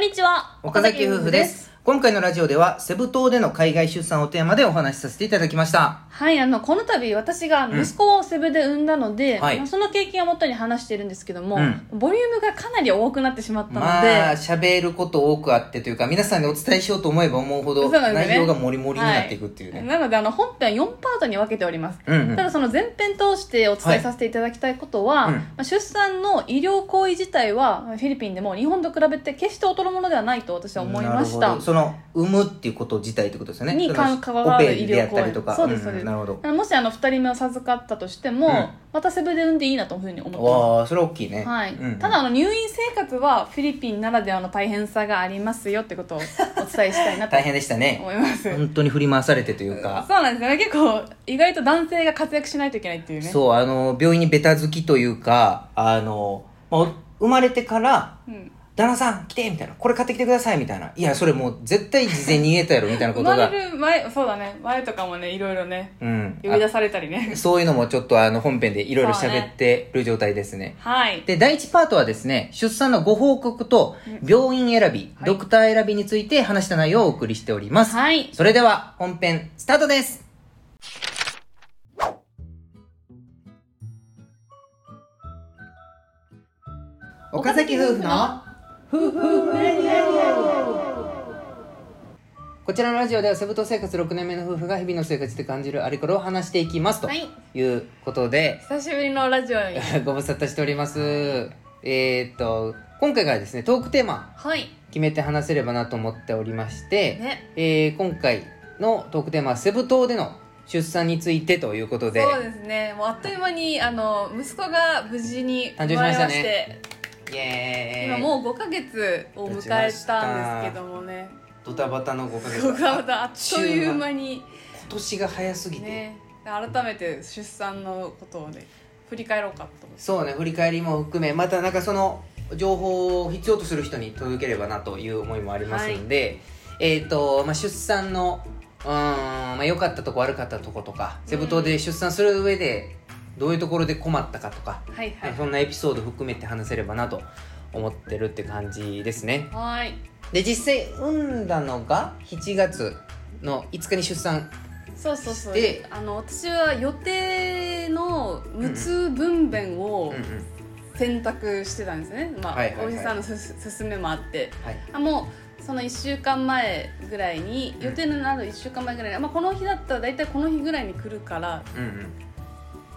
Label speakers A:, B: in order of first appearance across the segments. A: にちは
B: 岡崎夫婦です今回のラジオではセブ島での海外出産をテーマでお話しさせていただきました
A: はいあのこの度私が息子をセブで産んだので、
B: はい
A: まあその経験をもとに話してるんですけども、
B: うん
A: ボリュームがかなり多くなってしまったので、
B: まあ喋ること多くあってというか皆さんにお伝えしようと思えば思うほ
A: そ
B: ど
A: うなんですよね
B: 内容がモリモリになっていくっていう
A: は
B: ね、
A: なのであの本編4パートに分けております、
B: うんうん
A: ただその前編通してお伝えさせていただきたいことは、
B: はいうん
A: まあ出産の医療行為自体はフィリピンでも日本と比べて決して劣るものではないと私は思いまし
B: なる
A: た
B: ほどその産むっていうこと自体ってことですよね
A: に
B: その
A: 関わる
B: オペでやったりとか
A: 医療行為そうですそうです
B: んなるほど
A: なもしあの2人目を授かったとしても、
B: うん
A: またセブで産んでいいなというふうに思ってます
B: わあそれ大きいね、
A: はい
B: うんうん
A: ただあの入院生活はフィリピンならではの大変さがありますよってことをお伝えしたいなと
B: 大変でしたね
A: 思いますそう
B: 本当に振り回されてというか
A: なんですよね結構意外と男性が活躍しないといけないっていうね
B: そうあの病院にベタ好きというかあの、まあ、生まれてから
A: うん
B: 「旦那さん来て」みたいな「これ買ってきてください」みたいな「いやそれもう絶対事前に言えたやろ」みたい なこ
A: 生ま
B: とが、
A: れる前そうだね前とかもねいろいろね
B: うん、
A: 呼び出されたりね
B: あそういうのもちょっとあの本編でいろいろ喋ってる状態ですね
A: はい
B: で第1パートはですね出産のご報告と病院選び、
A: はい
B: ドクター選びについて話した内容をお送りしております、
A: はい
B: それでは本編スタートです岡崎夫婦のこちらのラジオではセブ島生活6年目の夫婦が日々の生活で感じるあれこれを話していきますと
A: はい
B: いうことで、
A: 久しぶりのラジオに
B: ご無沙汰しておりますえー、っと今回からですねトークテーマ
A: はい
B: 決めて話せればなと思っておりまして、
A: ね
B: えー今回のトークテーマはセブ島での出産についてということで
A: そうですねもうあっという間にあの息子が無事に
B: 誕生しましたね
A: 生れ
B: イエー
A: 今
B: イ
A: もう5ヶ月を迎えたんですけどもね
B: ドタバタのごか
A: 5ヶ 月あっという間に
B: 今年が早すぎて、
A: ね改めて出産のことをね振り返ろうかと思って
B: そうね振り返りも含めまたなんかその情報を必要とする人に届ければなという思いもありますんで、えっ、と、まあ、出産のうーんまあ、良かったとこ悪かったとことかセブ島で出産する上でどういうところで困ったかとか、
A: はいはい
B: そんなエピソード含めて話せればなと思ってるって感じですね
A: はい
B: で実際産んだのが7月の5日に出産
A: そうそうそう
B: で
A: あの私は予定の無痛分娩
B: うん
A: を
B: うん
A: 選択してたんですね、まあ、
B: はいはいはい
A: お医者さんのすす勧めもあって
B: はい
A: あもうその1週間前ぐらいに予定のある1週間前ぐらいに、まあ、この日だったら大体この日ぐらいに来るから
B: うんうん
A: っ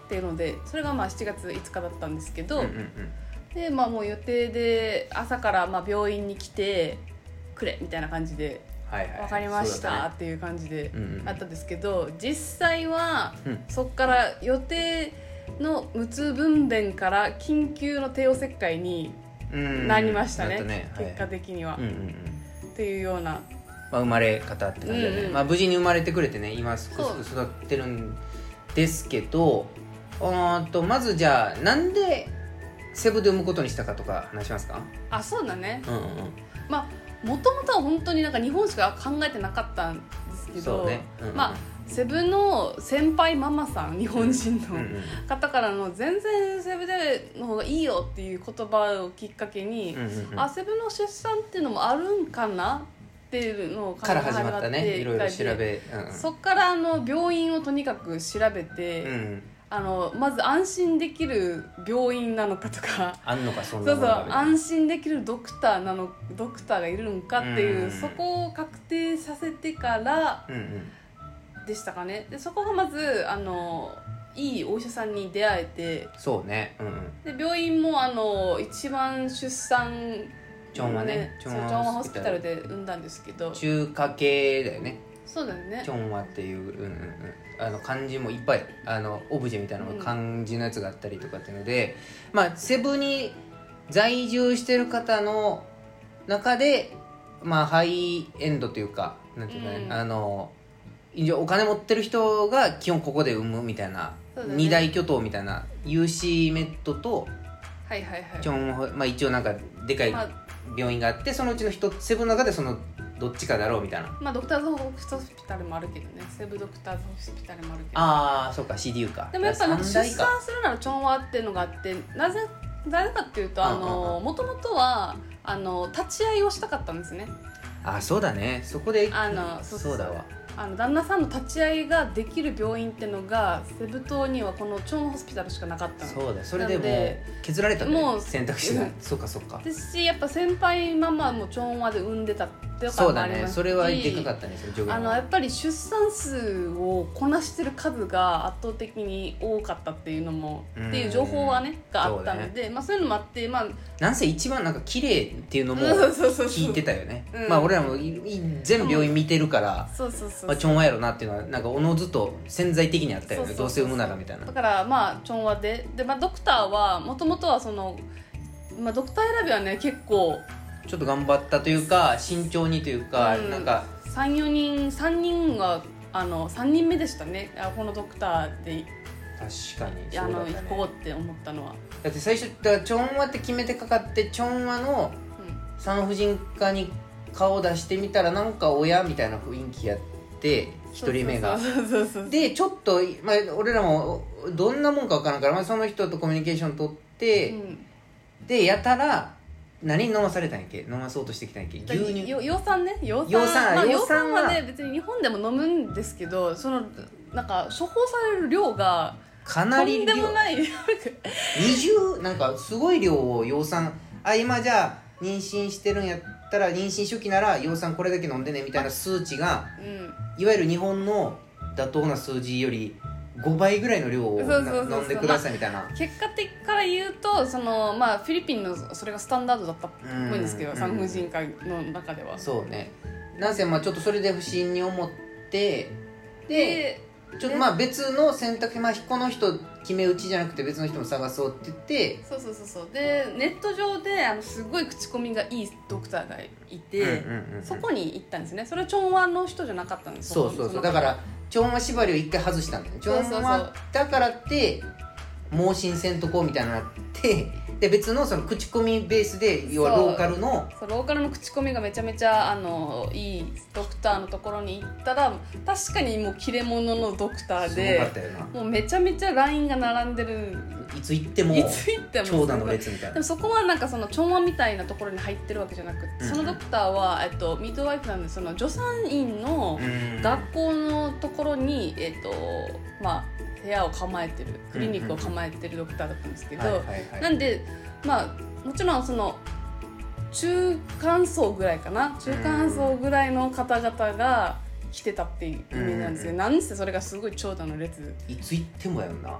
A: ていうのでそれがまあ7月5日だったんですけど、
B: うんうんうん
A: でまあもう予定で朝からまあ病院に来てくれみたいな感じで
B: はいはい
A: 分かりまし
B: そうだ
A: た
B: ね
A: っていう感じで
B: うんうん
A: あったんですけど実際は
B: うん
A: そこから予定の無痛分娩から緊急の帝王切開に
B: うん
A: なりました
B: な
A: ね,、
B: ったね
A: 結果
B: はい
A: 的には、
B: うんうんうん
A: っていうような
B: まあ、生まれ方って感じだね、
A: うんうん
B: まあ、無事に生まれてくれてね今すく
A: そう
B: すく育ってるんですけどうーんとまずじゃあなんでセブで産むことにしたかとか話しますか
A: あそうだね
B: うんうん
A: まあもともとは本当になんか日本しか考えてなかったんですけ
B: うん
A: ど、
B: そうね、うんうん、
A: まあセブンの先輩ママさん日本人の、
B: うんうん
A: 方からの全然セブでの方がいいよっていう言葉をきっかけに、
B: うんうんうん
A: あセブの出産っていうのもあるんかなっていうのを考え
B: から始まった
A: 始まっ
B: ね
A: て
B: いろいろ調べ、うんうん、
A: そっからあの病院をとにかく調べて、
B: うんうん
A: あのまず安心できる病院なのかとか。
B: あんのかそ
A: そ
B: んな
A: う
B: も
A: そ
B: の
A: う
B: がみたいな
A: 安心できるドクターなのドクターがいるのかっていう、
B: うん
A: そこを確定させてから
B: うんうん
A: でしたかねでそこがまずあのいいお医者さんに出会えて
B: そうねうんうん
A: で病院もあの一番出産
B: チョンはね
A: そうチョンワホスピタルで産んだんですけど
B: 中華系だよね
A: そうだよね
B: チョンワっていう、うんうんうん、あの漢字もいっぱいあのオブジェみたいなのが漢字のやつがあったりとかっていうので、まあセブに在住してる方の中でまあハイエンドというかなんていうかね、
A: うん
B: あの以上お金持ってる人が基本ここで産むみたいな、
A: そうだね
B: 二大巨頭みたいな UC メットと
A: はいはいはい
B: チョンホ、まあ、一応なんかでかい
A: まあ
B: 病院があってそのうちの一つセブンの中でそのどっちかだろうみたいな
A: まあドクターズホスピタルもあるけどねセブドクターズホスピタルもあるけど
B: ああそうか CDU か
A: でもやっぱなんか
B: 三
A: 出
B: 大か
A: 産するならチョンワっていうのがあってなぜ誰かっていうとあ
B: うんうんう
A: のもともとはあの立ち会いをしたかったんですね
B: あそうだねそこで
A: あの
B: そ
A: そううそう
B: だわ
A: あの旦那さんの立ち会いができる病院ってのがセブ島にはこの超能ホスピタルしかなかったの
B: そうだそれで
A: なので
B: もう削られたね
A: もう
B: 選択肢が、
A: うん
B: そうかそうか
A: ですしやっぱ先輩ママも超音話で産んでたっていう
B: そう
A: のも
B: だ
A: あり
B: ね
A: ますし
B: それはでかかったねその助言は
A: あのやっぱり出産数をこなしてる数が圧倒的に多かったっていうのも
B: うん
A: っていう情報はねがあったのでまあ、そういうのもあってまあ
B: なんせ一番なんか綺麗っていうのも
A: そうそうそ
B: 聞いうてたよね、
A: うん
B: まあ俺らもいい全病院見てるから、
A: そうそうそう
B: まあ、ちょんわやろなっていうのはなんかおのずと潜在的にあったよね
A: そう
B: ど
A: そうう
B: せ
A: そう
B: 産むならみたいな
A: だからまあちょんはでで、まあ、ドクターはもともとはその、まあ、ドクター選びはね結構
B: ちょっと頑張ったというか慎重にというか、
A: うん
B: なんか
A: 34人3人があの3人目でしたねあこのドクターで、
B: 確かに
A: あ
B: そうだ
A: の
B: った
A: 行
B: ね
A: こうって思ったのは、
B: だって最初だからちょんわって決めてかかってちょんわの
A: うん
B: 産婦人科に顔出してみたらなんか親みたいな雰囲気やって一人目が
A: そうそうそうそう
B: でちょっと、まあ、俺らもどんなもんかわからんから、まあ、その人とコミュニケーション取って、
A: うん
B: でやたら何飲まされたんやっけ飲まそうとしてきたんやっけ牛乳
A: よ養酸ね養
B: 養酸
A: 酸まあ
B: 養
A: 養
B: 酸
A: 酸
B: は
A: はね別に日本でも飲むんですけどそのなんか処方される量が
B: か
A: と
B: なり
A: んで
B: 量
A: もない量が
B: 20なんかすごい量を養酸あ今じゃあ妊娠してるんやったら妊娠初期なら養酸これだけ飲んでねみたいな数値が
A: うん
B: いわゆる日本の妥当な数字より5倍ぐらいの量を
A: そう
B: な
A: そうそうそう
B: 飲んでくださいみたいな、
A: 結果的から言うとその、まあ、フィリピンのそれがスタンダードだったっぽいんですけ
B: う
A: ど
B: ん
A: 産婦人科の中では。
B: そうねなんせまあちょっとそれで不審に思ってで
A: で
B: ちょっとまあ別の選択肢まあこの人決め打ちじゃなくて別の人も探そうって言って
A: そうそうそうそうでネット上であのすごい口コミがいいドクターがいて、
B: うんうんうんうん
A: そこに行ったんですねそれはチョンワンの人じゃなかったんです
B: そうそうそうだ
A: の
B: から超音波縛りを一回外したんだよね超
A: そう
B: 音
A: そうそう
B: 波だからって盲信せんとこうみたいになってで別のその口コミベースで要は
A: そ
B: ロ
A: う
B: ーカルの
A: そうローカルの口コミがめちゃめちゃあのいいドクターのところに行ったら確かにもう切れ者のドクター
B: すごか
A: で
B: ったよな
A: もうめちゃめちゃラインが並んでる
B: いつ行っても
A: いつ行っても
B: 長蛇の列みたい
A: で
B: な
A: もそこはなんかその調和みたいなところに入ってるわけじゃなくて、
B: うん
A: そのドクターは、えっと、ミートワイフなんでその助産院の
B: うん
A: 学校のところに、えっとまあ、部屋を構えてるクリニックを構えてるドクターだったんですけど、
B: はいはいはい
A: なんでまあもちろんその中間層ぐらいかな中間層ぐらいの方々が来てたっていうイメージなんですよ、
B: うん
A: なんせそれがすごい長蛇の列
B: いつ行ってもやんな、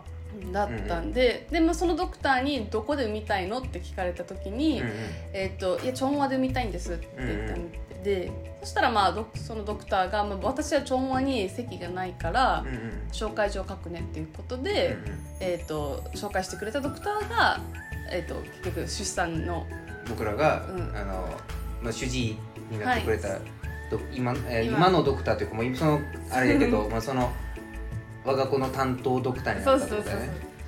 A: だったんで、でもそのドクターに「どこで産みたいの?」って聞かれた時に「
B: うんうん
A: えっといやチョンワで産みたいんです」って言ったんで、そしたらまあドクそのドクターが「まあ、私はチョンワに席がないから
B: うんうん
A: 紹介状書くね」っていうことで、
B: うんうん
A: えっと紹介してくれたドクターが、えっと結局出産の
B: 僕らが、
A: うん
B: あのまあ、主治医になってくれた、
A: はい
B: ど今,、えー今
A: 今
B: のドクターというかもう そのあれだけどまあその我が子の担当ドクターにな
A: そう
B: った
A: そ
B: っ
A: う
B: て
A: そ
B: こ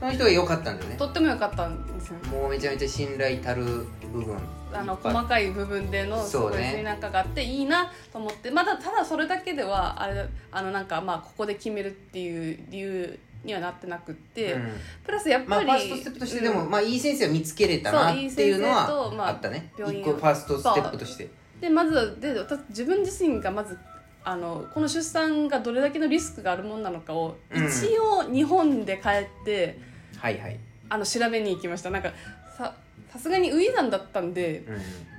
A: うそう
B: とだよねその人が良かったんだよね
A: とっても良かったんですよ
B: もうめちゃめちゃ信頼たる部分
A: あ
B: い
A: の
B: っぱい
A: 細かい部分でのす
B: そう
A: ごい
B: ね
A: 水なんかがあっていいなと思って、まだただそれだけではあれあのなんかまあここで決めるっていう理由にはなってなくって、
B: うん
A: プラスやっ
B: まあ
A: ぱ
B: フ
A: り、
B: ァーストステップとしてでも、
A: うん
B: まあいい先生は見つけれたなっ
A: そういい
B: ていうの
A: 先生とま
B: は
A: あ
B: あったね
A: 病院
B: 一個ファーストステップとして
A: でまずで私自分自身がまずあのこの出産がどれだけのリスクがあるもんなのかを、
B: うん
A: 一応日本で帰って
B: はいはい、
A: あの調べに行きましたなんかささすがにウィザンだったんで、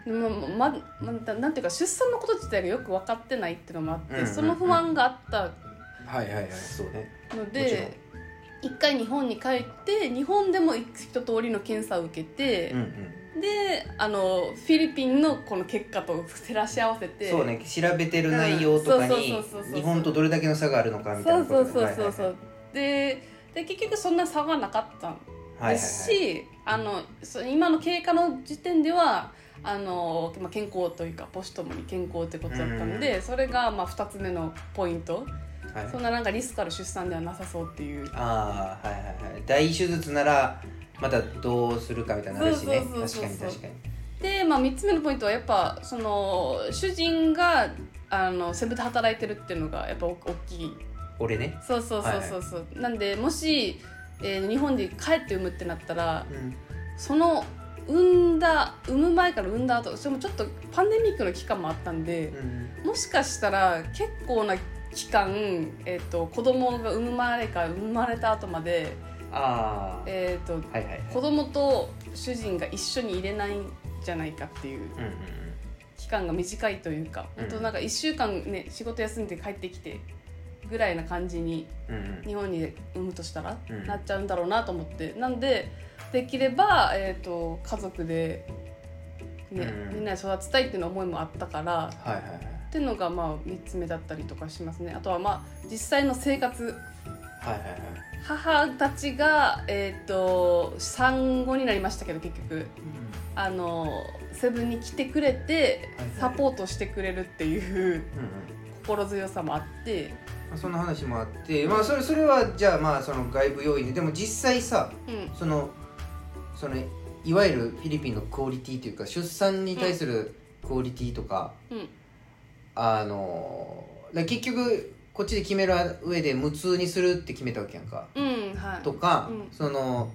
B: うん
A: まままななんていうか出産のこと自体がよく分かってないっていうのもあって、
B: うんうんうん
A: その不安があった
B: はいはいはいそうね
A: の
B: もちろん
A: で一回日本に帰って日本でも一通りの検査を受けて
B: うん、うん
A: であのフィリピンのこの結果と照らし合わせて
B: そうね調べてる内容とかに
A: うんそうそうそうそうそう
B: 日本とどれだけの差があるのかみたい
A: そ
B: な
A: う
B: こと
A: そう
B: ね
A: そうそうそうでで結局そんな差はなかったん
B: はいはいはい
A: ですし、あのそ今の経過の時点ではあの、まあ、健康というか母子ともに健康ってことだったので、それがまあ2つ目のポイント、
B: はいはい
A: そんななんかリスクある出産ではなさそうっていう。
B: ああはいはいはい大手術ならまたどうするかみたいな話ね
A: そうそう
B: 確
A: そう
B: か
A: そう
B: に確かに
A: で、まあ、3つ目のポイントはやっぱその主人があのセブで働いてるっていうのがやっぱお大きい
B: 俺ね
A: そうそうそうそうそう、なんでもし、えー日本で帰って産むってなったら
B: うん
A: その産んだ産む前から産んだ後それもちょっとパンデミックの期間もあったんで、もしかしたら結構な期間、えー、と子供が産まれから産まれた後まで、
B: ああ
A: えー、と
B: はいはいはい
A: 子供と主人が一緒に入れないんじゃないかっていう
B: うんうんうん
A: 期間が短いというか、
B: うん
A: 本当なんか1週間ね仕事休んで帰ってきてぐらいな感じに
B: うん
A: 日本に産むとしたら、
B: うん
A: なっちゃうんだろうなと思ってなんでできれば、えー、と家族で、ね
B: うん
A: みんなで育てたいっていうの思いもあったからっ
B: はいはいはい
A: ていうのがまあ3つ目だったりとかしますねあとはまあ実際の生活
B: はいはいはい
A: 母たちが、えー、と産後になりましたけど結局あのセブンに来てくれて
B: はいはい
A: サポートしてくれるっていう
B: うんうん
A: 心強さもあって、
B: まあそんな話もあって、まあ、それそれはじゃあまあその外部要因ででも実際さ
A: うん、
B: そのそのいわゆるフィリピンのクオリティというか出産に対するクオリティとか、
A: うん
B: あのだから結局こっちで決める上で無痛にするって決めたわけやんか。
A: うん、はい。
B: とか、
A: うん
B: その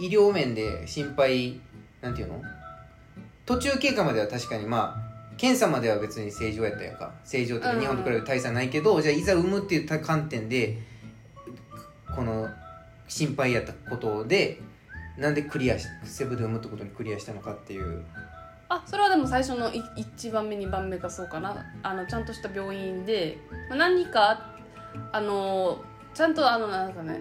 B: 医療面で心配なんていうの途中経過までは確かにまあ検査までは別に正常やったやんか正常という
A: うん
B: か日本と比べて大差ないけど、じゃあいざ産むっていう観点でこの心配やったことでなんでクリアしセブで産むってことにクリアしたのかっていう
A: あそれはでも最初のい1番目2番目がそうかなあのちゃんとした病院でまあ何かあのちゃんとあのなんかね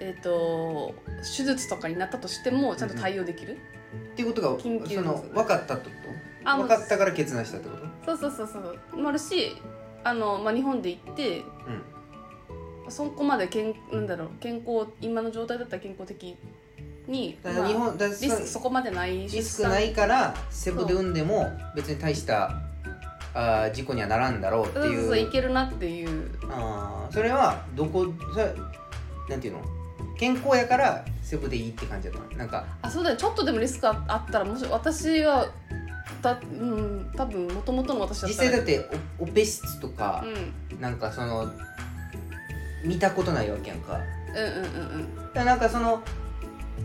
A: えっ、と手術とかになったとしてもちゃんと対応できる、
B: っていうことがそ
A: 緊急の
B: の分かったってこ
A: あ
B: と
A: も
B: 分
A: う
B: かったから決断したってこと
A: そうそうそうそうもあるしあの、まあ、日本で行って
B: うん
A: そこまでけんなんだろう健康今の状態だったら健康的に、
B: だから
A: まあ
B: 日本だから
A: リスクそこまでない
B: リスクないからセブで産んでも別に大したあー事故にはならんだろうって
A: そうそう
B: い
A: そう
B: う
A: いけるなっていう
B: あーそれはどこそれなんていうの健康やからセブでいいって感じだったのなんか
A: あそうだよちょっとでもリスクああったらもし私はだうん多分もともとの私だ
B: 実
A: ったら
B: 際だってオオペ室とか
A: うん、、
B: なんかその見たことないわけやんか
A: うんうんうんうん
B: だからなんかその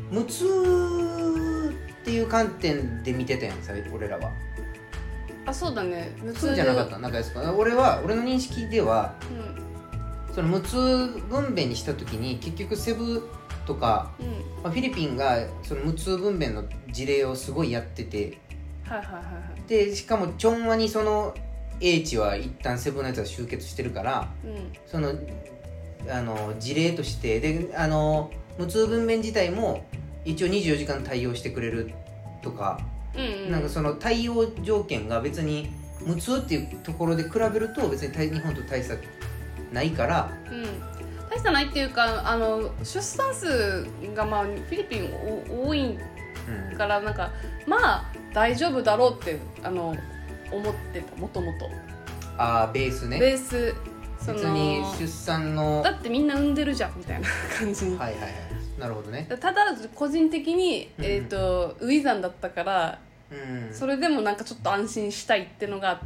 B: 無痛っていう観点で見てたやんさ俺らは
A: あそうだね普
B: そうじゃなかったなんかですか俺は俺の認識では
A: うん
B: その無痛分娩にした時に結局セブとか、
A: うん
B: まあ、フィリピンがその無痛分娩の事例をすごいやってて
A: はいはいはいはい
B: でしかもちょんわにその英知は一旦セブのやつは集結してるから
A: うん
B: そのあの事例としてであの無痛分娩自体も一応24時間対応してくれるとか、
A: うんうん
B: なんかその対応条件が別に無痛っていうところで比べると別に対日本と大差ないから。
A: うん大したないっていうかあの出産数がまあフィリピンお多い
B: うん
A: からなんかまあ大丈夫だろうってあの思ってたもともと
B: あーベースね
A: ベースそ
B: 別
A: の
B: に出産の
A: だってみんな産んでるじゃんみたいな感じに
B: はいはいはいなるほどね
A: ただ個人的に、
B: うん
A: えー、とウィザンだったから
B: うん
A: それでもなんかちょっと安心したいってのが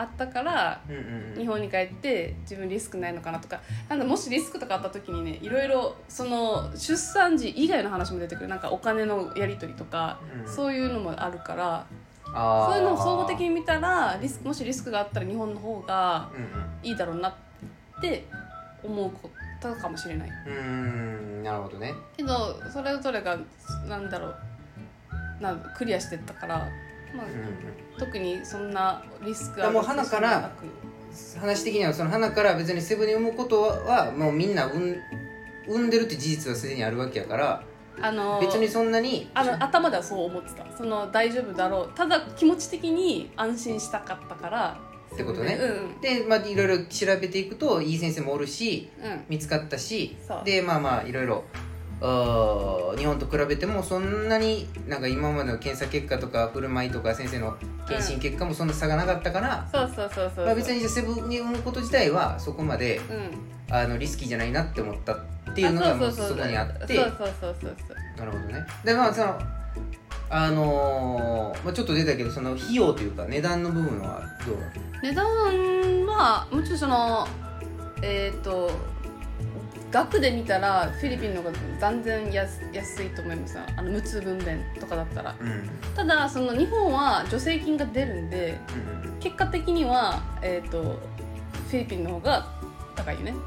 A: あったから
B: うんうんうん
A: 日本に帰って自分リスクないのかなとかなんかもしリスクとかあった時にねいろいろその出産時以外の話も出てくるなんかお金のやり取りとか、
B: うん
A: そういうのもあるから
B: あー
A: そういうのを総合的に見たらリスクもしリスクがあったら日本の方が
B: うん
A: いいだろうなって思うことかもしれない。
B: うんうーんなるほどね
A: けどそれぞれがなんだろうなクリアしてったから、まあ
B: うんうん
A: 特にそんなリスク
B: いやもう花から話的にはその花から別にセブンに産むことはもうみんな産ん産んでるって事実はすでにあるわけやから
A: あの
B: 別にそんなに
A: あの頭ではそう思ってたその大丈夫だろうただ気持ち的に安心したかったから
B: ってことね
A: うん
B: でまあいろいろ調べていくといい先生もおるし
A: うんうん
B: 見つかったし
A: そう
B: でまあまあいろいろうー日本と比べてもそんなになんか今までの検査結果とか振る舞いとか先生の検診結果もそんな差がなかったから、
A: そうそうそうそう、
B: まあ、別にじゃあセブンに産むこと自体はそこまで
A: うんっ
B: あのリスキーじゃないなって思ったっていうのがもうそこにあって
A: そうそうそうそうそう
B: なるほどねでまあそのあのーまあ、ちょっと出たけどその費用というか値段の部分はどうなの
A: 値段はもちろんそのえっ、と額で見たらフィリピンの方が断然安安いと思いますあの無痛分娩とかだったら
B: うんうん
A: ただその日本は助成金が出るんで結果的には、えー、とフィリピンの方が高いよね
B: うん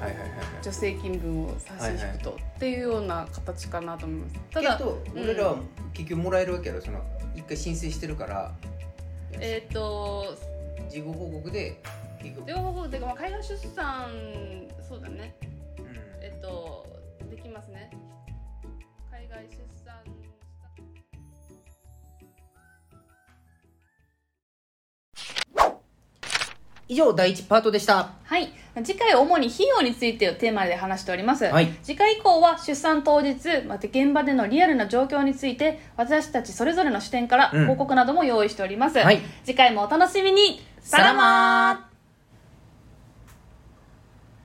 B: はいはいはいはい
A: 助成金分を差し引くと、っていうような形かなと思いますただ
B: けど
A: うん
B: 俺らは結局もらえるわけやろその一回申請してるから
A: えっ、と
B: 事後報告で結局
A: 両方でまあ海外出産そうだね
B: うん
A: えっ、とできますね海外出産した
B: 以上第一パートでした
A: はい次回は主に費用についてをテーマで話しております、
B: はい
A: 次回以降は出産当日また現場でのリアルな状況について私たちそれぞれの視点から
B: うん
A: 報告なども用意しております、
B: はい
A: 次回もお楽しみに
B: さらばー